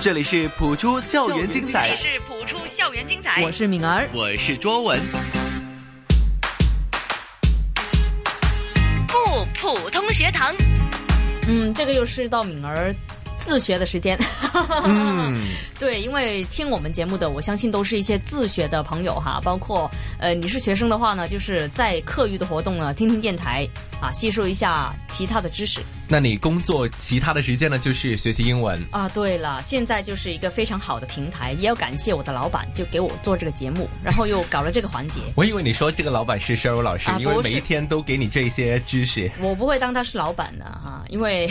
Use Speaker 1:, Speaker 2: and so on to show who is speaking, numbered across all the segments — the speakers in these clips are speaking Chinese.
Speaker 1: 这里是普出校园精彩
Speaker 2: 这里，是普出校园精彩，
Speaker 3: 我是敏儿，
Speaker 1: 我是卓文。
Speaker 2: 不普通学堂。
Speaker 3: 嗯，这个又是到敏儿自学的时间。
Speaker 1: 嗯，
Speaker 3: 对，因为听我们节目的，我相信都是一些自学的朋友哈，包括呃，你是学生的话呢，就是在课余的活动呢，听听电台啊，吸收一下其他的知识
Speaker 1: 那你工作其他的时间呢，就是学习英文。
Speaker 3: 啊。对了，现在就是一个非常好的平台，也要感谢我的老板，就给我做这个节目，然后又搞了这个环节。
Speaker 1: 我以为你说这个老板是 Sheryl 老师，
Speaker 3: 啊
Speaker 1: 因为
Speaker 3: 不
Speaker 1: 每
Speaker 3: 是
Speaker 1: 一天都给你这些知识。
Speaker 3: 我不会当他是老板的啊，因 为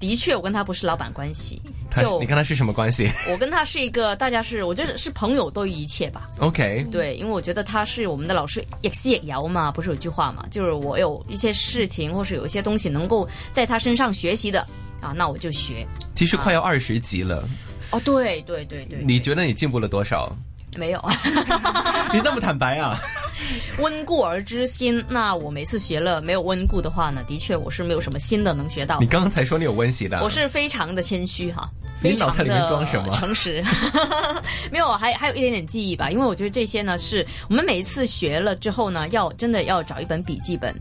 Speaker 3: 的确我跟他不是老板关系，
Speaker 1: 他
Speaker 3: 就
Speaker 1: 你看他是什么关 系
Speaker 3: 我跟他是一个大家是我觉得是朋友多于一切吧。
Speaker 1: ？OK，
Speaker 3: 对，因为我觉得他是我们的老师，也是也摇嘛，不是有句话嘛，就是我有一些事情或是有一些东西能够在他身上学习的啊，那我就学。
Speaker 1: 其实快要二十级了，
Speaker 3: 哦，对对对对，
Speaker 1: 你觉得你进步了多少？
Speaker 3: 没有
Speaker 1: 你那么坦白啊？
Speaker 3: 温故而知新？那我每次学了没有温故的话呢，的确我是没有什么新的能学到
Speaker 1: 你。刚刚才说你有温习的，
Speaker 3: 我是非常的谦虚哈，
Speaker 1: 嗯你
Speaker 3: 非常
Speaker 1: 脑袋里面
Speaker 3: 的
Speaker 1: 装什么
Speaker 3: 诚实， 没有，还还有一点点记忆吧，因为我觉得这些呢，是我们每一次学了之后呢，要真的要找一本笔记本。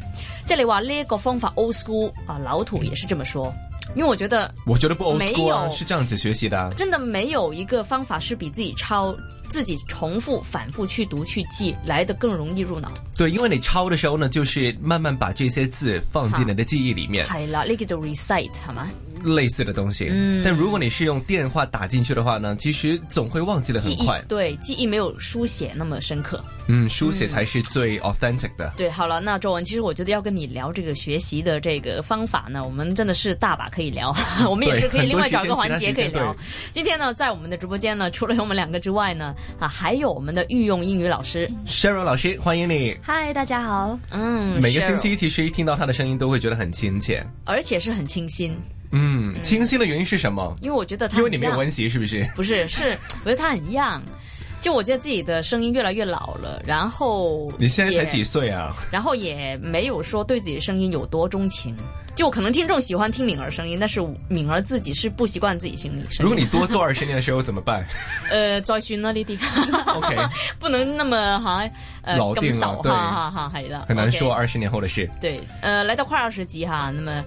Speaker 3: 这里话呢个方法 old school 啊，老土也是这么说，因为我觉得
Speaker 1: 我觉得不 old
Speaker 3: 没
Speaker 1: school 啊
Speaker 3: 有
Speaker 1: 是这样子学习的啊。
Speaker 3: 真的没有一个方法是比自己抄、自己重复、反复去读去记来的更容易入脑。
Speaker 1: 对，因为你抄的时候呢，就是慢慢把这些字放进你的记忆里面，
Speaker 3: 系啦，呢叫做 recite 系嘛？
Speaker 1: 类似的东西。嗯，但如果你是用电话打进去的话呢，其实总会忘记的
Speaker 3: 记
Speaker 1: 很
Speaker 3: 忆
Speaker 1: 快。
Speaker 3: 对记忆没有书写那么深刻。
Speaker 1: 嗯，书写才是最 authentic 的。
Speaker 3: 对，好了，那周文，其实我觉得要跟你聊这个学习的这个方法呢，我们真的是大把可以聊， 我们也是可以另外找一个环节可以
Speaker 1: 很多
Speaker 3: 聊
Speaker 1: 时。
Speaker 3: 今天呢，在我们的直播间呢，除了有我们两个之外呢，啊，还有我们的御用英语老师，
Speaker 1: Sheryl 老师，欢迎你。
Speaker 4: 嗨，大家好。
Speaker 3: 嗯，
Speaker 1: 每个
Speaker 3: Cheryl
Speaker 1: 星期其实一听到他的声音都会觉得很亲切。
Speaker 3: 而且是很清新，
Speaker 1: 嗯，清新的原因是什么？
Speaker 3: 因为我觉得他
Speaker 1: 因为
Speaker 3: 很
Speaker 1: 你没有
Speaker 3: young
Speaker 1: 温习，是不是？
Speaker 3: 不是，是我觉得他很 young，就我觉得自己的声音越来越老了，然后
Speaker 1: 你现在才
Speaker 3: 也
Speaker 1: 几岁啊？
Speaker 3: 然后也没有说对自己的声音有多钟情。就可能听众喜欢听敏儿声音，但是敏儿自己是不习惯自己声音。
Speaker 1: 如果你多做二十年的时候怎么办
Speaker 3: 呃再算啦呢啲
Speaker 1: ？OK，
Speaker 3: 不能那呃麼吓誒
Speaker 1: 老定
Speaker 3: 咁
Speaker 1: 啦
Speaker 3: 愁
Speaker 1: 對
Speaker 3: 哈哈哈係啦，
Speaker 1: 很难说
Speaker 3: OK，
Speaker 1: 二十年后的事。
Speaker 3: 對，誒嚟到快二十集哈，那麼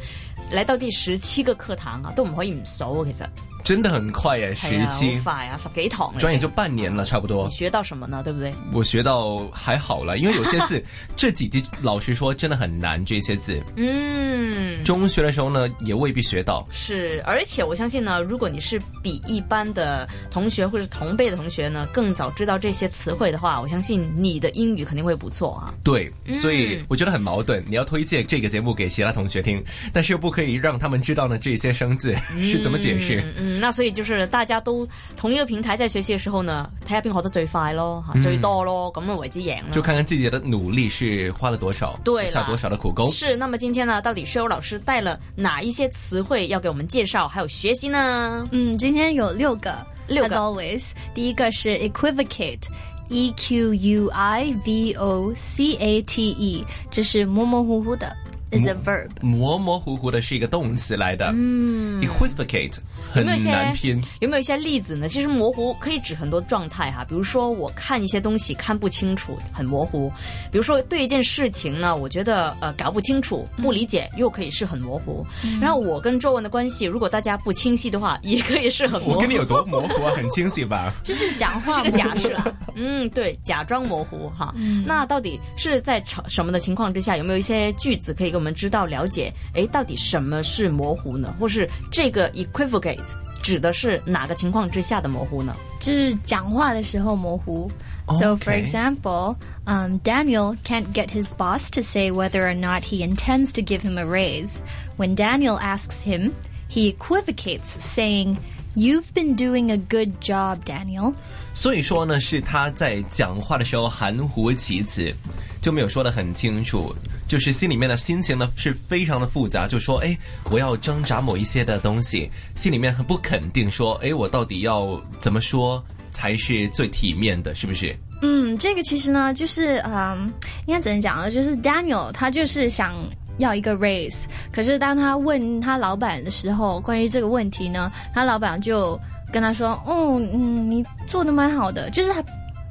Speaker 3: 嚟到第十七個課堂啊，都唔可以唔數啊，其實
Speaker 1: 真的很快耶，
Speaker 3: 係
Speaker 1: 十
Speaker 3: 啊，
Speaker 1: 七
Speaker 3: 好，快啊，十幾堂嚟嘅
Speaker 1: 转眼就半年了，差不多
Speaker 3: 你。學到什麼呢？對不對？
Speaker 1: 我学到还好了，因为有些字这几集老实说真的很难，这些字
Speaker 3: 嗯。
Speaker 1: 中学的时候呢也未必学到。
Speaker 3: 是，而且我相信呢，如果你是比一般的同学或者同辈的同学呢更早知道这些词汇的话，我相信你的英语肯定会不错啊。
Speaker 1: 对，所以我觉得很矛盾。你要推荐这个节目给其他同学听，但是又不可以让他们知道呢这些生字是怎么解释。
Speaker 3: 嗯嗯，那所以就是大家都同一个平台在學習嘅時候呢，睇下邊學得最快咯，嚇最多咯，咁啊為之贏
Speaker 1: 嗯就
Speaker 3: 啦。
Speaker 1: 看看自己的努力是花了多少，
Speaker 3: 对啦
Speaker 1: 下多少的苦功。
Speaker 3: 是，那么今天呢，到底 s h o 老师带了哪一些词汇要给我们介绍，还有学习呢？
Speaker 4: 嗯，今天有六个
Speaker 3: 六个
Speaker 4: a s always，第一个是 equivocate，e q u i v o c a t e，这是模模糊糊的，is a verb。
Speaker 1: 模模糊糊的是一个动词来的，嗯，equivocate 很
Speaker 3: 有没有一些
Speaker 1: 难拼。
Speaker 3: 有没有一些例子呢？其实模糊可以指很多状态哈，比如说我看一些东西看不清楚，很模糊；比如说对一件事情呢，我觉得呃搞不清楚、不理解，又可以是很模糊。然后我跟周文的关系，如果大家不清晰的话， 也可以是很模糊。
Speaker 1: 我跟你有多模糊啊？很清晰吧？
Speaker 4: 这是讲话
Speaker 3: 这个假设
Speaker 4: 模糊，
Speaker 3: 嗯，对，假装模糊哈。那到底是在什什么的情况之下，有没有一些句子可以给我们知道了解？诶，到底什么是模糊呢？或是这个 equivocate 指的是哪个情况之下的模糊呢？
Speaker 4: 就是讲话的时候模糊。So for
Speaker 1: Okay.
Speaker 4: example, um, Daniel can't get his boss to say whether or not he intends to give him a raise. When Daniel asks him, he equivocates, saying, "You've been doing a good job, Daniel."
Speaker 1: 所以说呢，是他在讲话的时候含糊其辞，就没有说的很清楚，就是心里面的心情呢是非常的复杂，就说哎，我要挣扎某一些的东西，心里面很不肯定，说哎，我到底要怎么说才是最体面的，是不是？
Speaker 4: 嗯，这个其实呢，就是嗯，应该怎么讲呢？就是 Daniel 他就是想要一个 raise，可是当他问他老板的时候，关于这个问题呢，他老板就跟他说：“哦，嗯，你做的蛮好的，就是他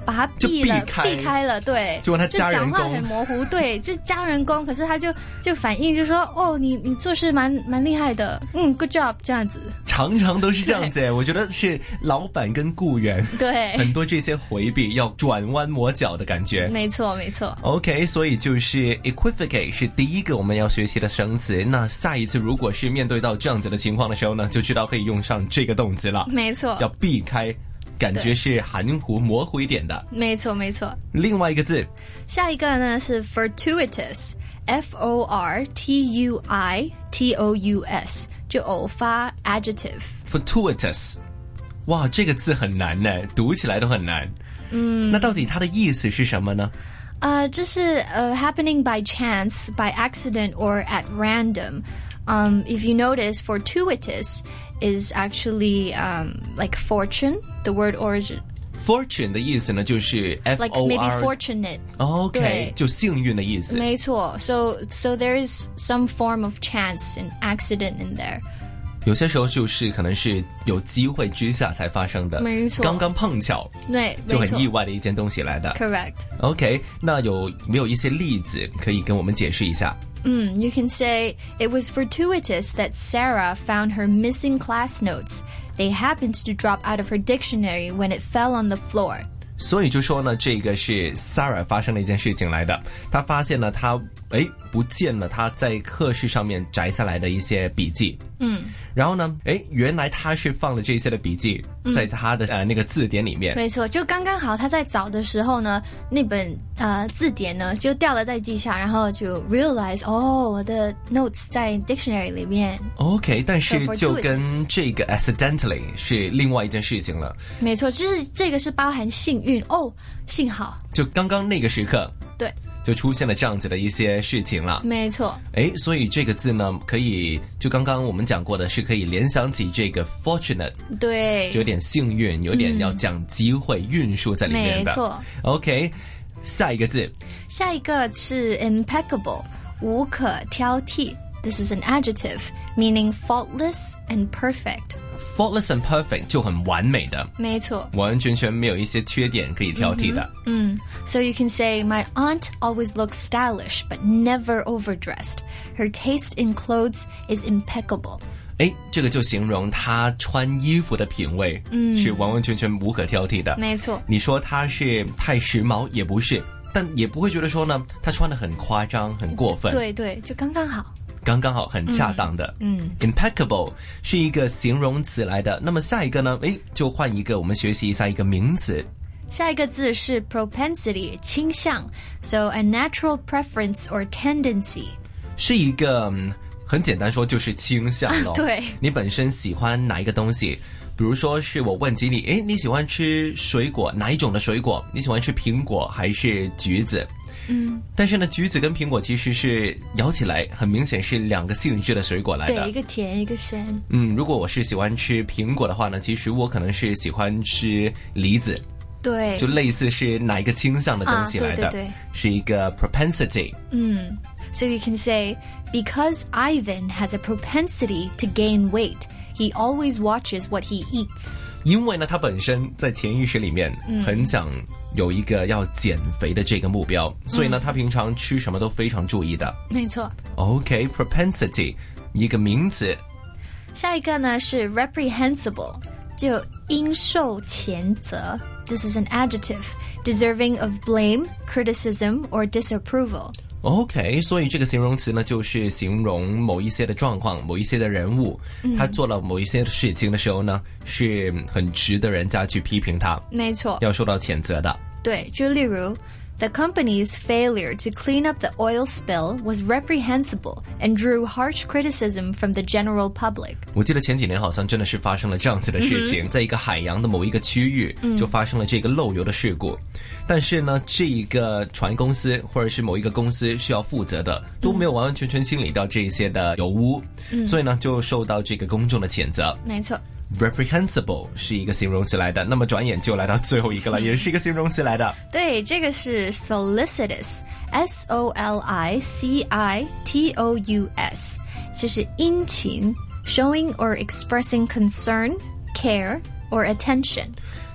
Speaker 4: 把他避了，
Speaker 1: 就避开
Speaker 4: 避开了，对，
Speaker 1: 就问他加人
Speaker 4: 讲
Speaker 1: 工
Speaker 4: 话很模糊，对，就加人工，可是他就就反应就说：哦，你你做事蛮蛮厉害的，嗯，good job，这样子，
Speaker 1: 常常都是这样子哎，我觉得是老板跟雇员
Speaker 4: 对，
Speaker 1: 很多这些回避要转弯抹角的感觉。
Speaker 4: 没错，没错。
Speaker 1: OK，所以就是 equivocate 是第一个我们要学习的生词。那下一次如果是面对到这样子的情况的时候呢，就知道可以用上这个动词了，
Speaker 4: 没错，
Speaker 1: 要避开，感觉
Speaker 4: 对
Speaker 1: 是含糊模糊一点的。
Speaker 4: 没错，没错。
Speaker 1: 另外一个字
Speaker 4: 下一个呢是 fortuitous，f o r t u i t o u s，就偶发 adjective。
Speaker 1: fortuitous，哇，这个字很难呢，读起来都很难。嗯，那到底它的意思是什么呢？
Speaker 4: 呃，这是呃 happening by chance, by accident, or at random. Um, if you notice, fortuitous is actually um like fortune, the word origin,
Speaker 1: fortune 的意思呢，就是 f
Speaker 4: like
Speaker 1: o
Speaker 4: maybe
Speaker 1: r
Speaker 4: fortunate.
Speaker 1: OK，
Speaker 4: 对
Speaker 1: 就幸运的意思。
Speaker 4: 没错. So so there is some form of chance and accident in there.
Speaker 1: 有些时候就是可能是有机会之下才发生的，
Speaker 4: 没错
Speaker 1: 刚刚碰巧就很意
Speaker 4: 对，没错。
Speaker 1: 外的一件东西来的。
Speaker 4: Correct.
Speaker 1: OK，那有没有一些例子可以跟我们解释一下？
Speaker 4: Mm, you can say it was fortuitous that Sarah found her missing class notes. They happened to drop out of her dictionary when it fell on the floor.
Speaker 1: 所以就说呢，这个是 Sarah 发生的一件事情来的。她发现了她哎不见了她在课室上面摘下来的一些笔记。嗯，然后呢，哎原来她是放了这些的笔记在她的、呃那个字典里面。
Speaker 4: 没错，就刚刚好，他在找的时候呢，那本呃字典呢就掉了在地下，然后就 realize 哦，我的 notes 在 dictionary 里面。
Speaker 1: OK，但是
Speaker 4: So
Speaker 1: 就跟这个 accidentally 是另外一件事情了。
Speaker 4: 没错，就是这个是包含幸运哦，幸好，
Speaker 1: 就刚刚那个时刻，
Speaker 4: 对，
Speaker 1: 就出现了这样子的一些事情了。
Speaker 4: 没错，
Speaker 1: 哎，所以这个字呢，可以就刚刚我们讲过的，是可以联想起这个 fortunate，
Speaker 4: 对，
Speaker 1: 有点幸运，有点要讲机会、运数在里面的。
Speaker 4: 没错。
Speaker 1: OK，下一个字
Speaker 4: 下一个是 impeccable，无可挑剔。This is an adjective meaning faultless and perfect。
Speaker 1: faultless and perfect 就很完美的，
Speaker 4: 没错
Speaker 1: 完完全全没有一些缺点可以挑剔
Speaker 4: 嗯
Speaker 1: 的。
Speaker 4: ，so you can say my aunt always looks stylish but never overdressed. Her taste in clothes is impeccable.
Speaker 1: 哎，这个就形容她穿衣服的品味，嗯，是完完全全无可挑剔的。
Speaker 4: 没错
Speaker 1: 你说她是太时髦也不是，但也不会觉得说呢，她穿的很夸张、很过分，，
Speaker 4: 对对，就刚刚好。
Speaker 1: 刚刚好，很恰当的。嗯 i m p e c c a b l e 是一个形容词来的。那么下一个呢？哎，就换一个，我们学习一下一个名词。
Speaker 4: 下一个字是 propensity 倾向，so a natural preference or tendency。
Speaker 1: 是一个、嗯很简单说就是倾向咯。
Speaker 4: 啊对
Speaker 1: 你本身喜欢哪一个东西？比如说是我问起你，诶，你喜欢吃水果哪一种的水果？你喜欢吃苹果还是橘子？嗯，但是呢，橘子跟苹果其实是咬起来很明显是两个性质的水果来
Speaker 4: 对，一
Speaker 1: 的。
Speaker 4: 个甜，一个咸。
Speaker 1: 嗯，如果我是喜欢吃苹果的话呢，其实我可能是喜欢吃梨子，
Speaker 4: 对，
Speaker 1: 就类似是哪一个倾向的东西
Speaker 4: 啊对
Speaker 1: 来的，
Speaker 4: 对对
Speaker 1: 是一个 propensity。
Speaker 4: So you can say, because Ivan has a propensity to gain weight, he always watches what he eats.
Speaker 1: 因为呢，他本身在潜意识里面很想有一个要减肥的这个目标，所以呢，他平常吃什么都非常注意的。OK，propensity、一个名词，
Speaker 4: 没错。下一个呢是 reprehensible，就应受谴责。This is an adjective deserving of blame, criticism, or disapproval.
Speaker 1: OK，所以这个形容词呢，就是形容某一些的状况、某一些的人物，他做了某一些的事情的时候呢，是很值得人家去批评他，
Speaker 4: 没错，
Speaker 1: 要受到谴责的。
Speaker 4: 对，就例如，The company's failure to clean up the oil spill was reprehensible and drew harsh criticism from the general public.
Speaker 1: 我记得前几年好像真的是发生了这样子的事情，在一个海洋的某一个区域就发生了这个漏油的事故，但是呢，这一个船公司或者是某一个公司需要负责的都没有完完全全清理掉这一些的油污，所以呢就受到这个公众的谴责。
Speaker 4: 没错。
Speaker 1: reprehensible 是一个形容词来的，那么转眼就来到最后一个了，也是一个形容词来的。
Speaker 4: 对，这个是 solicitous，s o l i c i t o u s，这是殷勤，showing or expressing concern, care or attention。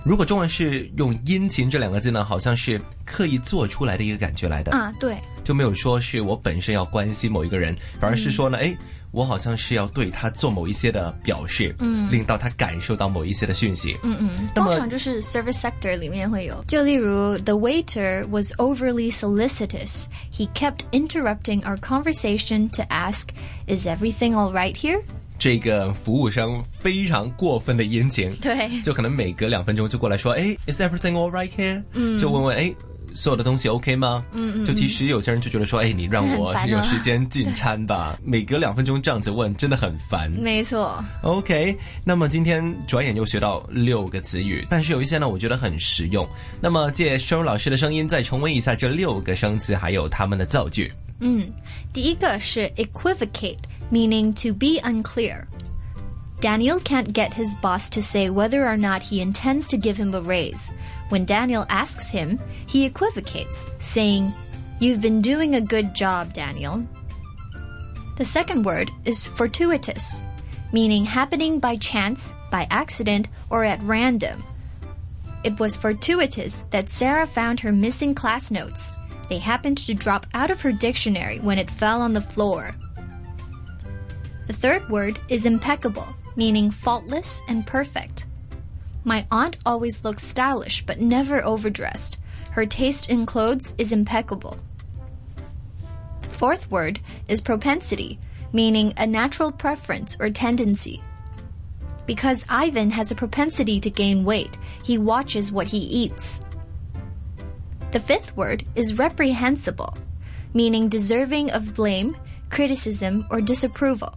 Speaker 1: 如果中文是用“殷勤”这两个字呢，好像是刻意做出来的一个感觉来的，
Speaker 4: 啊，对，
Speaker 1: 就没有说是我本身要关心某一个人，反而是说呢，哎，我好像是要对他做某一些的表示，嗯，令到他感受到某一些的讯息，嗯嗯。
Speaker 5: 通
Speaker 1: 那么
Speaker 5: 常就是 service sector 里面会有。
Speaker 4: 就例如，the waiter was overly solicitous. He kept interrupting our conversation to ask, "Is everything all right here?"
Speaker 1: 这个服务生非常过分的殷勤，
Speaker 4: 对
Speaker 1: 就可能每隔两分钟就过来说，哎，Is everything all right here？嗯，就问问，哎。所有的东西 OK 吗？嗯嗯，就其实有些人就觉得说，哎，你让我
Speaker 4: 很烦啊
Speaker 1: 有时间进餐吧，每隔两分钟这样子问，真的很烦。
Speaker 4: 没错，
Speaker 1: OK，那么今天转眼又学到六个词语，但是有一些呢，我觉得很实用。那么借生如老师的声音再重温一下这六个生词，还有它们的造句。
Speaker 4: 第一个是 equivocate, meaning to be unclear. Daniel can't get his boss to say whether or not he intends to give him a raise. When Daniel asks him, he equivocates, saying, You've been doing a good job, Daniel. The second word is fortuitous, meaning happening by chance, by accident, or at random. It was fortuitous that Sarah found her missing class notes. They happened to drop out of her dictionary when it fell on the floor. The third word is impeccable, meaning faultless and perfect. My aunt always looks stylish but never overdressed. Her taste in clothes is impeccable. The fourth word is propensity, meaning a natural preference or tendency. Because Ivan has a propensity to gain weight, he watches what he eats. The fifth word is reprehensible, meaning deserving of blame, criticism, or disapproval.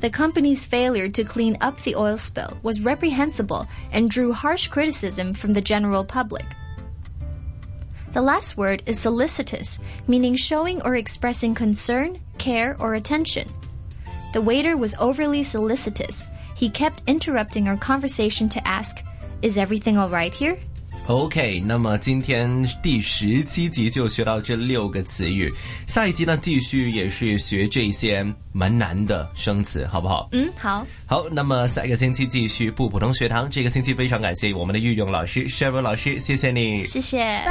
Speaker 4: The company's failure to clean up the oil spill was reprehensible and drew harsh criticism from the general public. The last word is solicitous, meaning showing or expressing concern, care, or attention. The waiter was overly solicitous. He kept interrupting our conversation to ask, Is everything all right here?
Speaker 1: OK，那么今天第十七集就学到这六个词语，下一集呢继续也是学这些蛮难的生词，好不好？
Speaker 4: 嗯，好，
Speaker 1: 好，那么下一个星期继续不普通学堂。这个星期非常感谢我们的御用老师 Sheryl 老师，谢谢你，
Speaker 4: 谢谢。